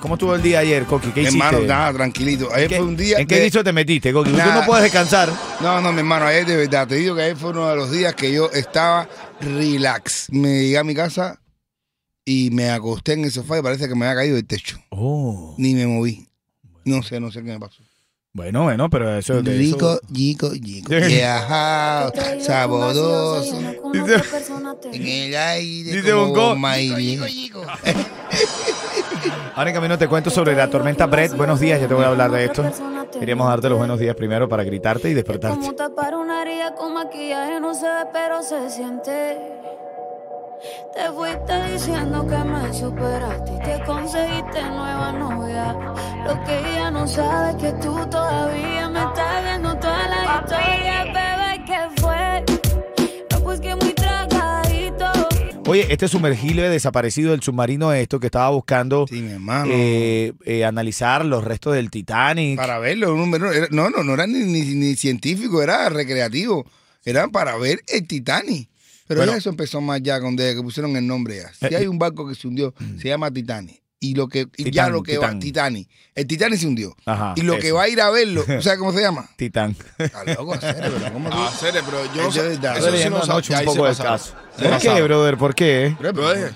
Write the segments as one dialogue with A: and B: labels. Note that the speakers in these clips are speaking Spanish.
A: ¿Cómo estuvo el día ayer, Coqui? ¿Qué
B: Mi
A: hiciste?
B: hermano, nada, tranquilito. Ayer
A: ¿Qué-
B: fue un día.
A: ¿En qué
B: de-
A: dicho te metiste, Coqui? Tú
B: Nada.
A: no puedes descansar.
B: No, no, mi hermano, ayer de verdad. Te digo que ayer fue uno de los días que yo estaba relax. Me llegué a mi casa y me acosté en el sofá y parece que me había caído del techo.
A: Oh.
B: Ni me moví. No sé, no sé qué me pasó.
A: Bueno, bueno, pero eso... de eso-
B: Rico, rico, rico.
A: Sí.
B: Yeah, saboroso.
A: Dice-
B: En el aire.
A: Dice
B: como
A: Bongo.
B: bomba y bien.
A: Ahora en camino te cuento sobre la tormenta Brett. Buenos días, ya te voy a hablar de esto. Queríamos darte los buenos días primero para gritarte y
C: Como
A: despertarte.
C: tapar una herida con maquillaje no se ve, pero se siente. Te fuiste diciendo que me superaste y te conseguiste nueva novia. Lo que ella no sabe es que tú todavía me estás viendo toda la historia, bebé, que fue. No, pues que muy tragadito.
A: Oye, este sumergible desaparecido del submarino esto que estaba buscando
B: Sí, mi hermano.
A: eh, eh, analizar los restos del Titanic.
B: Para verlo, un número- era- no, no, no era ni, ni- ni científico, era recreativo. Eran para ver el Titanic. Pero
A: Bueno.
B: ya eso empezó más ya, con- desde que pusieron el nombre ya. Si
A: Eh, Mm.
B: hay un barco que se hundió, se llama Titanic. Y lo que y ya
A: Titán,
B: lo que va,
A: Titán.
B: Titanic. El Titanic se hundió.
A: Ajá,
B: y lo que
A: eso.
B: va a ir a verlo, ¿sabes cómo se llama?
A: Titán.
B: Está loco, en serio, pero ¿cómo tú?
D: Ah, serio, pero yo
B: Es
D: no sé.
B: de verdad.
D: Eso
B: Estoy
D: sí
A: leyendo
D: no sab-
A: anoche
D: ya
A: un
D: ahí se
A: poco de
D: pasaba.
A: caso.
D: Se
A: ¿Por qué,
D: pasaba.
A: brother? ¿Por qué?
B: Pero, pero,
D: Brother,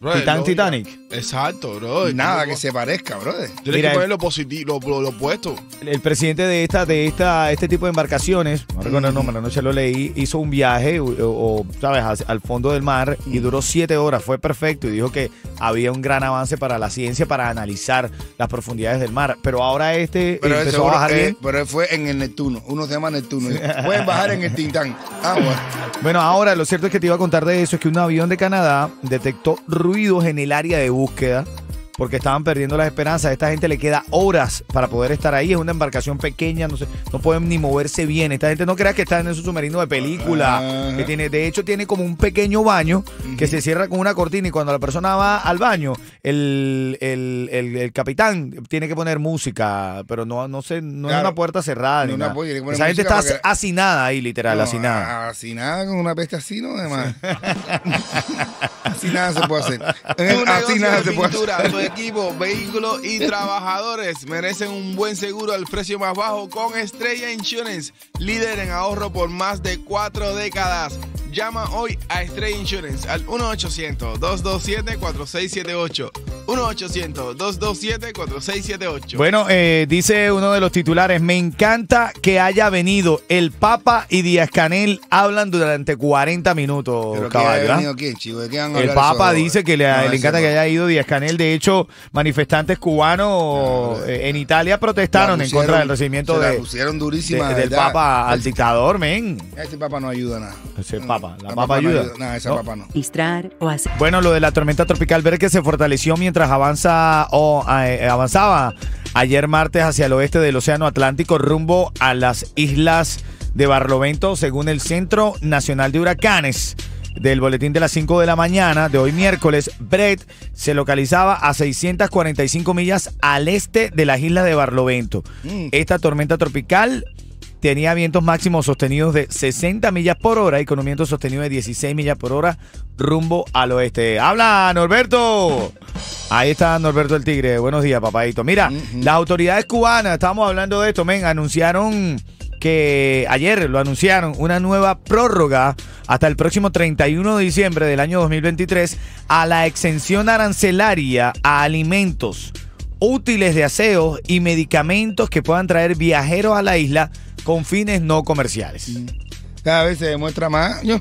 D: brother,
A: Titán
D: no,
A: Titanic.
D: Exacto, bro.
B: nada que se parezca, brother.
D: Tienes
A: Mira,
D: que poner lo positivo, lo, lo, lo opuesto.
A: El- El presidente de esta, de esta, este tipo de embarcaciones, no recuerdo el nombre, anoche lo leí, hizo un viaje, o, o- sabes, hacia- al fondo del mar y
B: Mm.
A: duró siete horas, fue perfecto y dijo que había un gran avance para la ciencia para analizar las profundidades del mar. Pero ahora este
B: Pero,
A: empezó
B: seguro
A: a bajar
B: que-
A: bien.
B: pero fue en el Neptuno. Uno se llama Neptuno. Pueden bajar en el Titán. Ah, bueno.
A: Bueno, ahora lo cierto es que te iba a contar de eso, es que un avión de Canadá detectó ruidos en el área de búsqueda porque estaban perdiendo las esperanzas. A esta gente le queda horas para poder estar ahí. Es una embarcación pequeña, no, sé, no pueden ni moverse bien. Esta gente no creas que está en su submarino de película.
B: Ajá.
A: Que tiene, de hecho, tiene como un pequeño baño que se cierra con una cortina y cuando la persona va al baño, el, el- el- el capitán tiene que poner música, pero no, no, sé, no es
B: Claro.
A: una puerta cerrada.
B: No,
A: ni
B: no
A: nada.
B: puede, tiene que poner
A: Esa gente
B: música
A: está
B: para que-
A: hacinada ahí, literal,
B: No,
A: hacinada.
B: a- Hacinada con una peste así, ¿no? Además. así nada se puede hacer. En el-
D: Un
B: Así
D: negocio
B: nada
D: de
B: se puede hacer.
D: pintura, tu equipo, vehículos y trabajadores merecen un buen seguro al precio más bajo con Estrella Insurance, líder en ahorro por más de cuatro décadas. Llama hoy a Estrella Insurance al 1-800-227-4678. 1-800-227-4678.
A: Bueno, eh, dice uno de los titulares, me encanta que haya venido el Papa y Díaz Canel hablan durante 40 minutos,
B: Pero que
A: caballo.
B: haya
A: ¿ah?
B: venido quién, chico? ¿De qué van a
A: El
B: hablar
A: Papa
B: esos-
A: dice que le,
B: No,
A: le
B: ese
A: encanta que
B: no.
A: haya ido Díaz Canel. De hecho, manifestantes cubanos eh, en Italia protestaron
B: La
A: en contra del
B: pusieron-
A: recibimiento
B: se la
A: de-
B: pusieron
A: de-
B: durísima,
A: del
B: ¿verdad?
A: Papa al dictador, men.
B: Ese Papa no ayuda nada.
A: Ese
B: No,
A: Papa, la
B: el
A: Papa
B: no
A: ayuda.
B: No, ese
A: ¿no?
B: Papa no.
E: Registrar o hacer.
A: Bueno, lo de la tormenta tropical ver que se fortaleció mientras avanza o eh, avanzaba ayer martes hacia el oeste del Océano Atlántico rumbo a las islas de Barlovento, según el Centro Nacional de Huracanes. Del boletín de las 5 de la mañana de hoy miércoles, Brett se localizaba a 645 millas al este de las islas de Barlovento. Esta tormenta tropical tenía vientos máximos sostenidos de 60 millas por hora y con un viento sostenido de 16 millas por hora rumbo al oeste. ¡Habla, Norberto! Ahí está Norberto el Tigre. Buenos días, papadito. Mira, las autoridades cubanas, estábamos hablando de esto, men, anunciaron que ayer lo anunciaron, una nueva prórroga hasta el próximo 31 de diciembre del año 2023 a la exención arancelaria a alimentos, útiles de aseo y medicamentos que puedan traer viajeros a la isla con fines no comerciales.
B: Cada vez se demuestra más ño,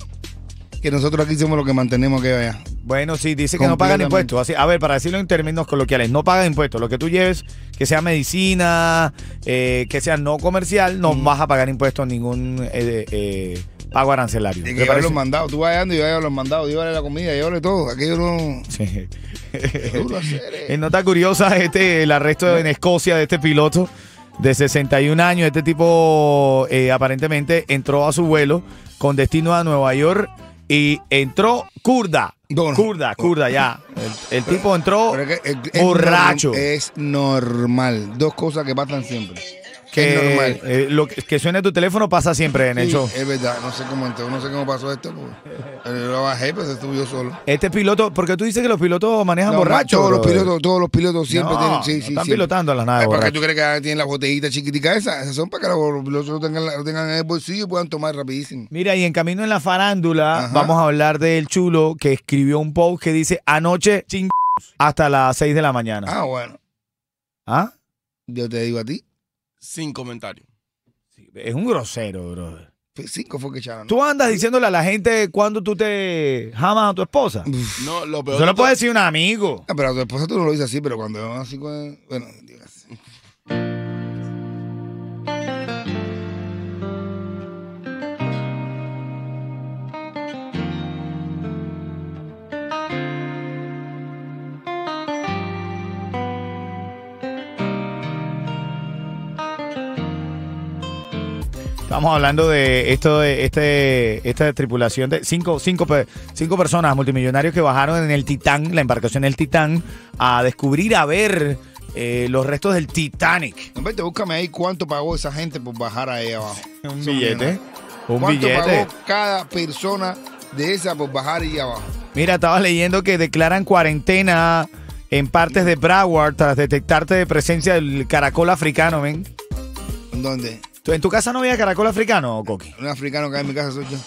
B: que nosotros aquí somos los que mantenemos que vaya.
A: Bueno, sí, dice que no pagan
B: Completamente.
A: impuestos. Así, a ver, para decirlo en términos coloquiales, no pagan impuestos. Lo que tú lleves, que sea medicina, eh, que sea no comercial, no
B: Mm.
A: vas a pagar impuestos ningún eh, eh, pago arancelario.
B: Y
A: ¿Te
B: que llevar
A: parece?
B: los mandados. Tú vas andando y llevas los mandados, llévale la comida, llévale todo. Aquello no.
A: Sí.
B: Duro hacer, eh.
A: En nota curiosa, este, el arresto en Escocia de este piloto de 61 años, este tipo eh, aparentemente entró a su vuelo con destino a Nueva York y entró kurda.
B: No, no.
A: Kurda, kurda, ya. El, el tipo entró
B: Pero es que eh, es- eh, es
A: Oh, borracho.
B: norm- Es normal. Dos cosas que pasan siempre. Que es
A: que,
B: normal.
A: eh, lo que, que suene tu teléfono pasa siempre en el
B: Sí,
A: show.
B: es verdad, no sé cómo entró, no sé cómo pasó esto. porque- pero Yo lo bajé, pero se subió solo.
A: Este piloto, porque tú dices que los pilotos manejan
B: No,
A: borrachos.
B: todos los
A: brother.
B: pilotos, todos los pilotos siempre
A: No,
B: tienen.
A: no
B: Sí, sí,
A: están
B: siempre.
A: pilotando a las naves
B: Ay, ¿Para qué
A: borrachos.
B: tú crees que ahora tienen las botellitas chiquiticas esas? Esas son para que los pilotos lo tengan, lo tengan en el bolsillo y puedan tomar rapidísimo.
A: Mira, y en camino en la farándula,
B: Ajá.
A: vamos a hablar del chulo que escribió un post que dice anoche ching hasta las 6 de la mañana.
B: Ah, bueno.
A: ¿Ah?
B: Yo te digo a ti.
D: Sin comentario.
A: Es un grosero, brother.
B: fue pues, Cinco fue que echaron.
A: Tú andas diciéndole a la gente cuando tú te jamas a tu esposa.
D: No, lo peor.
A: Eso
D: de
A: lo
D: todo-
A: puede decir un amigo.
B: Ah, pero a tu esposa tú no lo dices así, pero cuando van así con. Bueno, digas.
A: Estamos hablando de esto de este esta tripulación de cinco, cinco, pe- cinco personas multimillonarios que bajaron en el Titán, la embarcación del Titán, a descubrir, a ver eh, los restos del Titanic.
B: Vete, búscame ahí cuánto pagó esa gente por bajar ahí abajo.
A: Un
B: Son
A: billete.
B: millones.
A: Un
B: ¿Cuánto
A: billete.
B: pagó cada persona de esa por bajar ahí abajo?
A: Mira, estaba leyendo que declaran cuarentena en partes de Broward tras detectarte de presencia del caracol africano, men.
B: ¿En dónde?
A: ¿Tú- ¿En tu casa no había caracol africano, Coqui?
B: Un africano que hay en mi casa soy yo.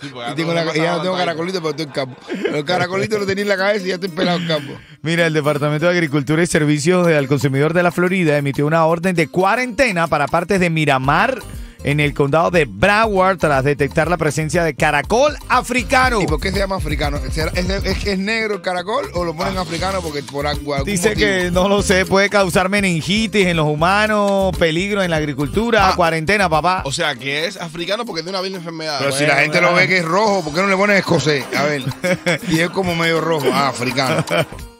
D: Sí, porque
B: Y
D: ya
B: tengo
D: todo
B: la-
D: lo que
B: ya
D: pasa
B: no tengo
D: avanza ahí.
B: caracolito, pero estoy en campo. Los caracolitos los tenía en la cabeza y ya estoy pelado en campo.
A: Mira, el Departamento de Agricultura y Servicios al Consumidor de la Florida emitió una orden de cuarentena para partes de Miramar en el condado de Broward tras detectar la presencia de caracol africano.
B: ¿Y por qué se llama africano? ¿Será- ¿Es, es que es negro el caracol o lo ponen africano porque por algo algún
A: Dice
B: motivo?
A: que no lo sé, puede causar meningitis en los humanos, peligro en la agricultura,
B: Ah.
A: cuarentena, papá.
D: O sea, que es africano porque tiene una vil enfermedad.
B: Pero si la gente lo ve que es rojo, ¿por qué no le ponen escocés? A ver. Y es como medio rojo. Ah, africano.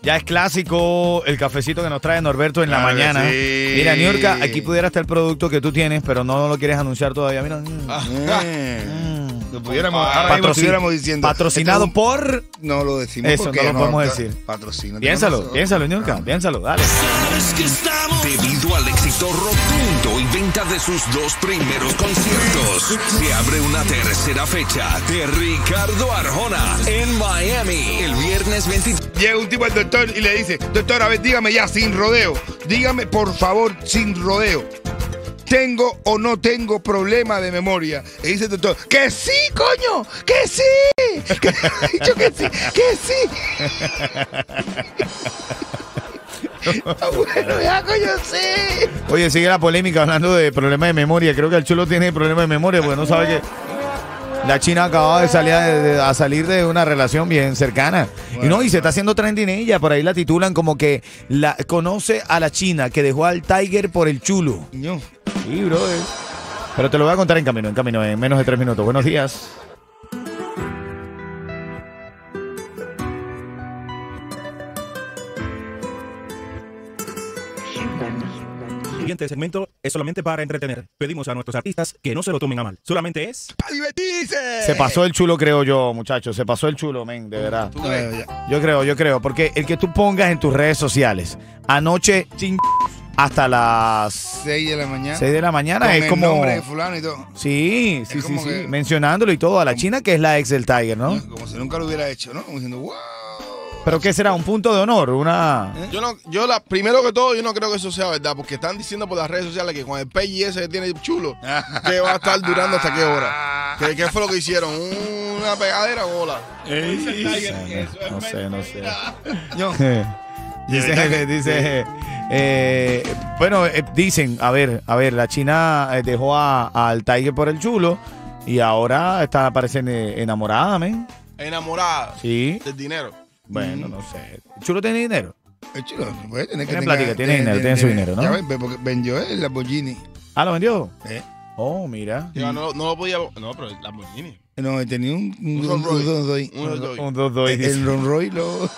A: Ya es clásico el cafecito que nos trae Norberto en la
B: Claro que
A: mañana.
B: sí.
A: Mira, Niurka, aquí pudiera estar el producto que tú tienes, pero no lo quieres anunciar todavía. Mira,
B: Mm. Lo pudiéramos, ahora mismo
A: Patrocin-
B: estuviéramos diciendo.
A: patrocinado
B: este es
A: por...
B: un- No lo decimos
A: Eso,
B: porque
A: no lo podemos
B: está-
A: decir.
B: Patrocina.
A: Piénsalo, piénsalo, Niurka, piénsalo, dale.
E: Debido al éxito rotundo y venta de sus dos primeros conciertos, se abre una tercera fecha de Ricardo Arjona en Miami el viernes 23.
B: Llega un tipo al doctor y le dice, doctor, a ver, dígame ya, sin rodeo. Dígame, por favor, sin rodeo. ¿Tengo o no tengo problema de memoria? Y dice el doctor, que sí, coño, que sí. Que, ha dicho que sí, que sí. Está Ah, bueno, ya, coño, sí.
A: Oye, sigue la polémica hablando de problemas de memoria. Creo que el chulo tiene problemas de memoria porque no sabe que la China acaba de salir, de- a salir de una relación bien cercana. y no, y se está haciendo trending ella. Por ahí la titulan como que la conoce a la China que dejó al Tiger por el chulo.
B: Ño.
A: Sí, brother. Pero te lo voy a contar en camino, en camino, en menos de tres minutos. Buenos días.
F: siguiente segmento es solamente para entretener. Pedimos a nuestros artistas que no se lo tomen a mal. Solamente es
B: ¡Para divertirse!
A: Se pasó el chulo, creo yo, muchachos. Se pasó el chulo, men, de verdad.
B: No, ya, ya.
A: Yo creo, yo creo, porque el que tú pongas en tus redes sociales anoche ching hasta las
B: 6 de la mañana.
A: 6 de la mañana.
B: Con
A: es
B: el
A: como.
B: nombre de fulano y todo.
A: Sí, sí, sí,
B: Es como
A: sí.
B: que-
A: Mencionándolo y todo. A la China, que es la ex del Tiger, ¿no?
B: Como si nunca lo hubiera hecho, ¿no? Como diciendo, wow.
A: Pero ¿qué será? ¿Un punto de honor? ¿Una.?
B: ¿Eh?
D: Yo no, yo la, primero que todo, yo no creo que eso sea verdad, porque están diciendo por las redes sociales que con el PI ese que tiene chulo, que va a estar durando hasta qué hora. ¿Qué, qué fue lo que hicieron? Una pegadera bola.
A: No sé, no sé.
B: Yo,
A: Dice, dice, eh, bueno, eh, dicen, a ver, a ver, la China eh, dejó a- al Tiger por el chulo y ahora está, parecen eh, enamorada, men.
D: Enamorada
A: Sí.
D: del dinero.
A: Bueno, no sé. ¿El chulo tiene dinero?
B: el chulo, puede tener que
A: Tiene
B: tener
A: plática, tiene dinero, tiene su dinero, ¿no?
B: Ya ven, ve, porque Ben Joel, Lamborghini.
A: Ah, ¿lo vendió?
B: ¿eh?
A: Oh, mira.
D: Yo no, no lo podía. No, pero el Lamborghini.
B: No, tenía un.
D: Un Rolls Royce.
B: Rolls Royce.
D: Un Rolls Royce.
A: Un, dos, dos. y
B: El,
A: dice.
B: el Rolls Royce lo.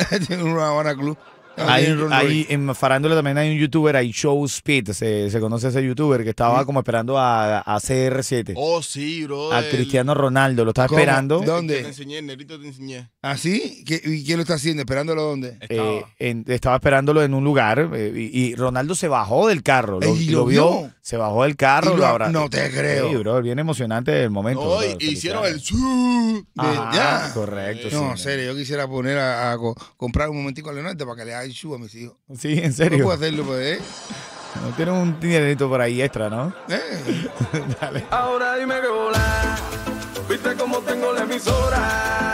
B: tiene un Habana Club. Ah,
A: Ahí,
B: tiene un Rolls
A: ahí
B: Royce.
A: en Farándula también hay un youtuber, hay Show Speed, se, se conoce ese youtuber que estaba como esperando a, a CR7,
D: Oh, sí, bro.
A: a
D: el-
A: Cristiano Ronaldo, lo estaba
B: ¿Cómo?
A: esperando.
B: ¿Dónde?
D: Te enseñé, el negrito te enseñé.
B: ¿Así? ¿Ah, ¿Qué- ¿Y quién lo está haciendo? ¿Esperándolo dónde?
D: Estaba.
A: eh, en- estaba esperándolo en un lugar eh, y, y Ronaldo se bajó del carro. Lo,
B: Ey,
A: lo
B: ¿lo
A: vio,
B: vio?
A: se bajó del carro.
B: Y
A: Lo,
B: lo-
A: abrazó.
B: no te creo.
A: Sí, bro, bien emocionante el momento.
D: No,
A: bro,
D: y- hicieron el
A: felicidades.
D: su.
A: Ajá,
B: ya.
A: Correcto. sí,
B: No,
A: man.
B: en serio, yo quisiera poner a, a co- comprar un momentico a Leonardo para que le haga el show a mis hijos.
A: Sí, en
B: No puedo
A: serio.
B: hacerlo, pues, ¿eh?
A: No tiene un dinerito por ahí extra, ¿no?
B: ¿Eh?
G: Ahora dime que volá. Viste cómo tengo la emisora.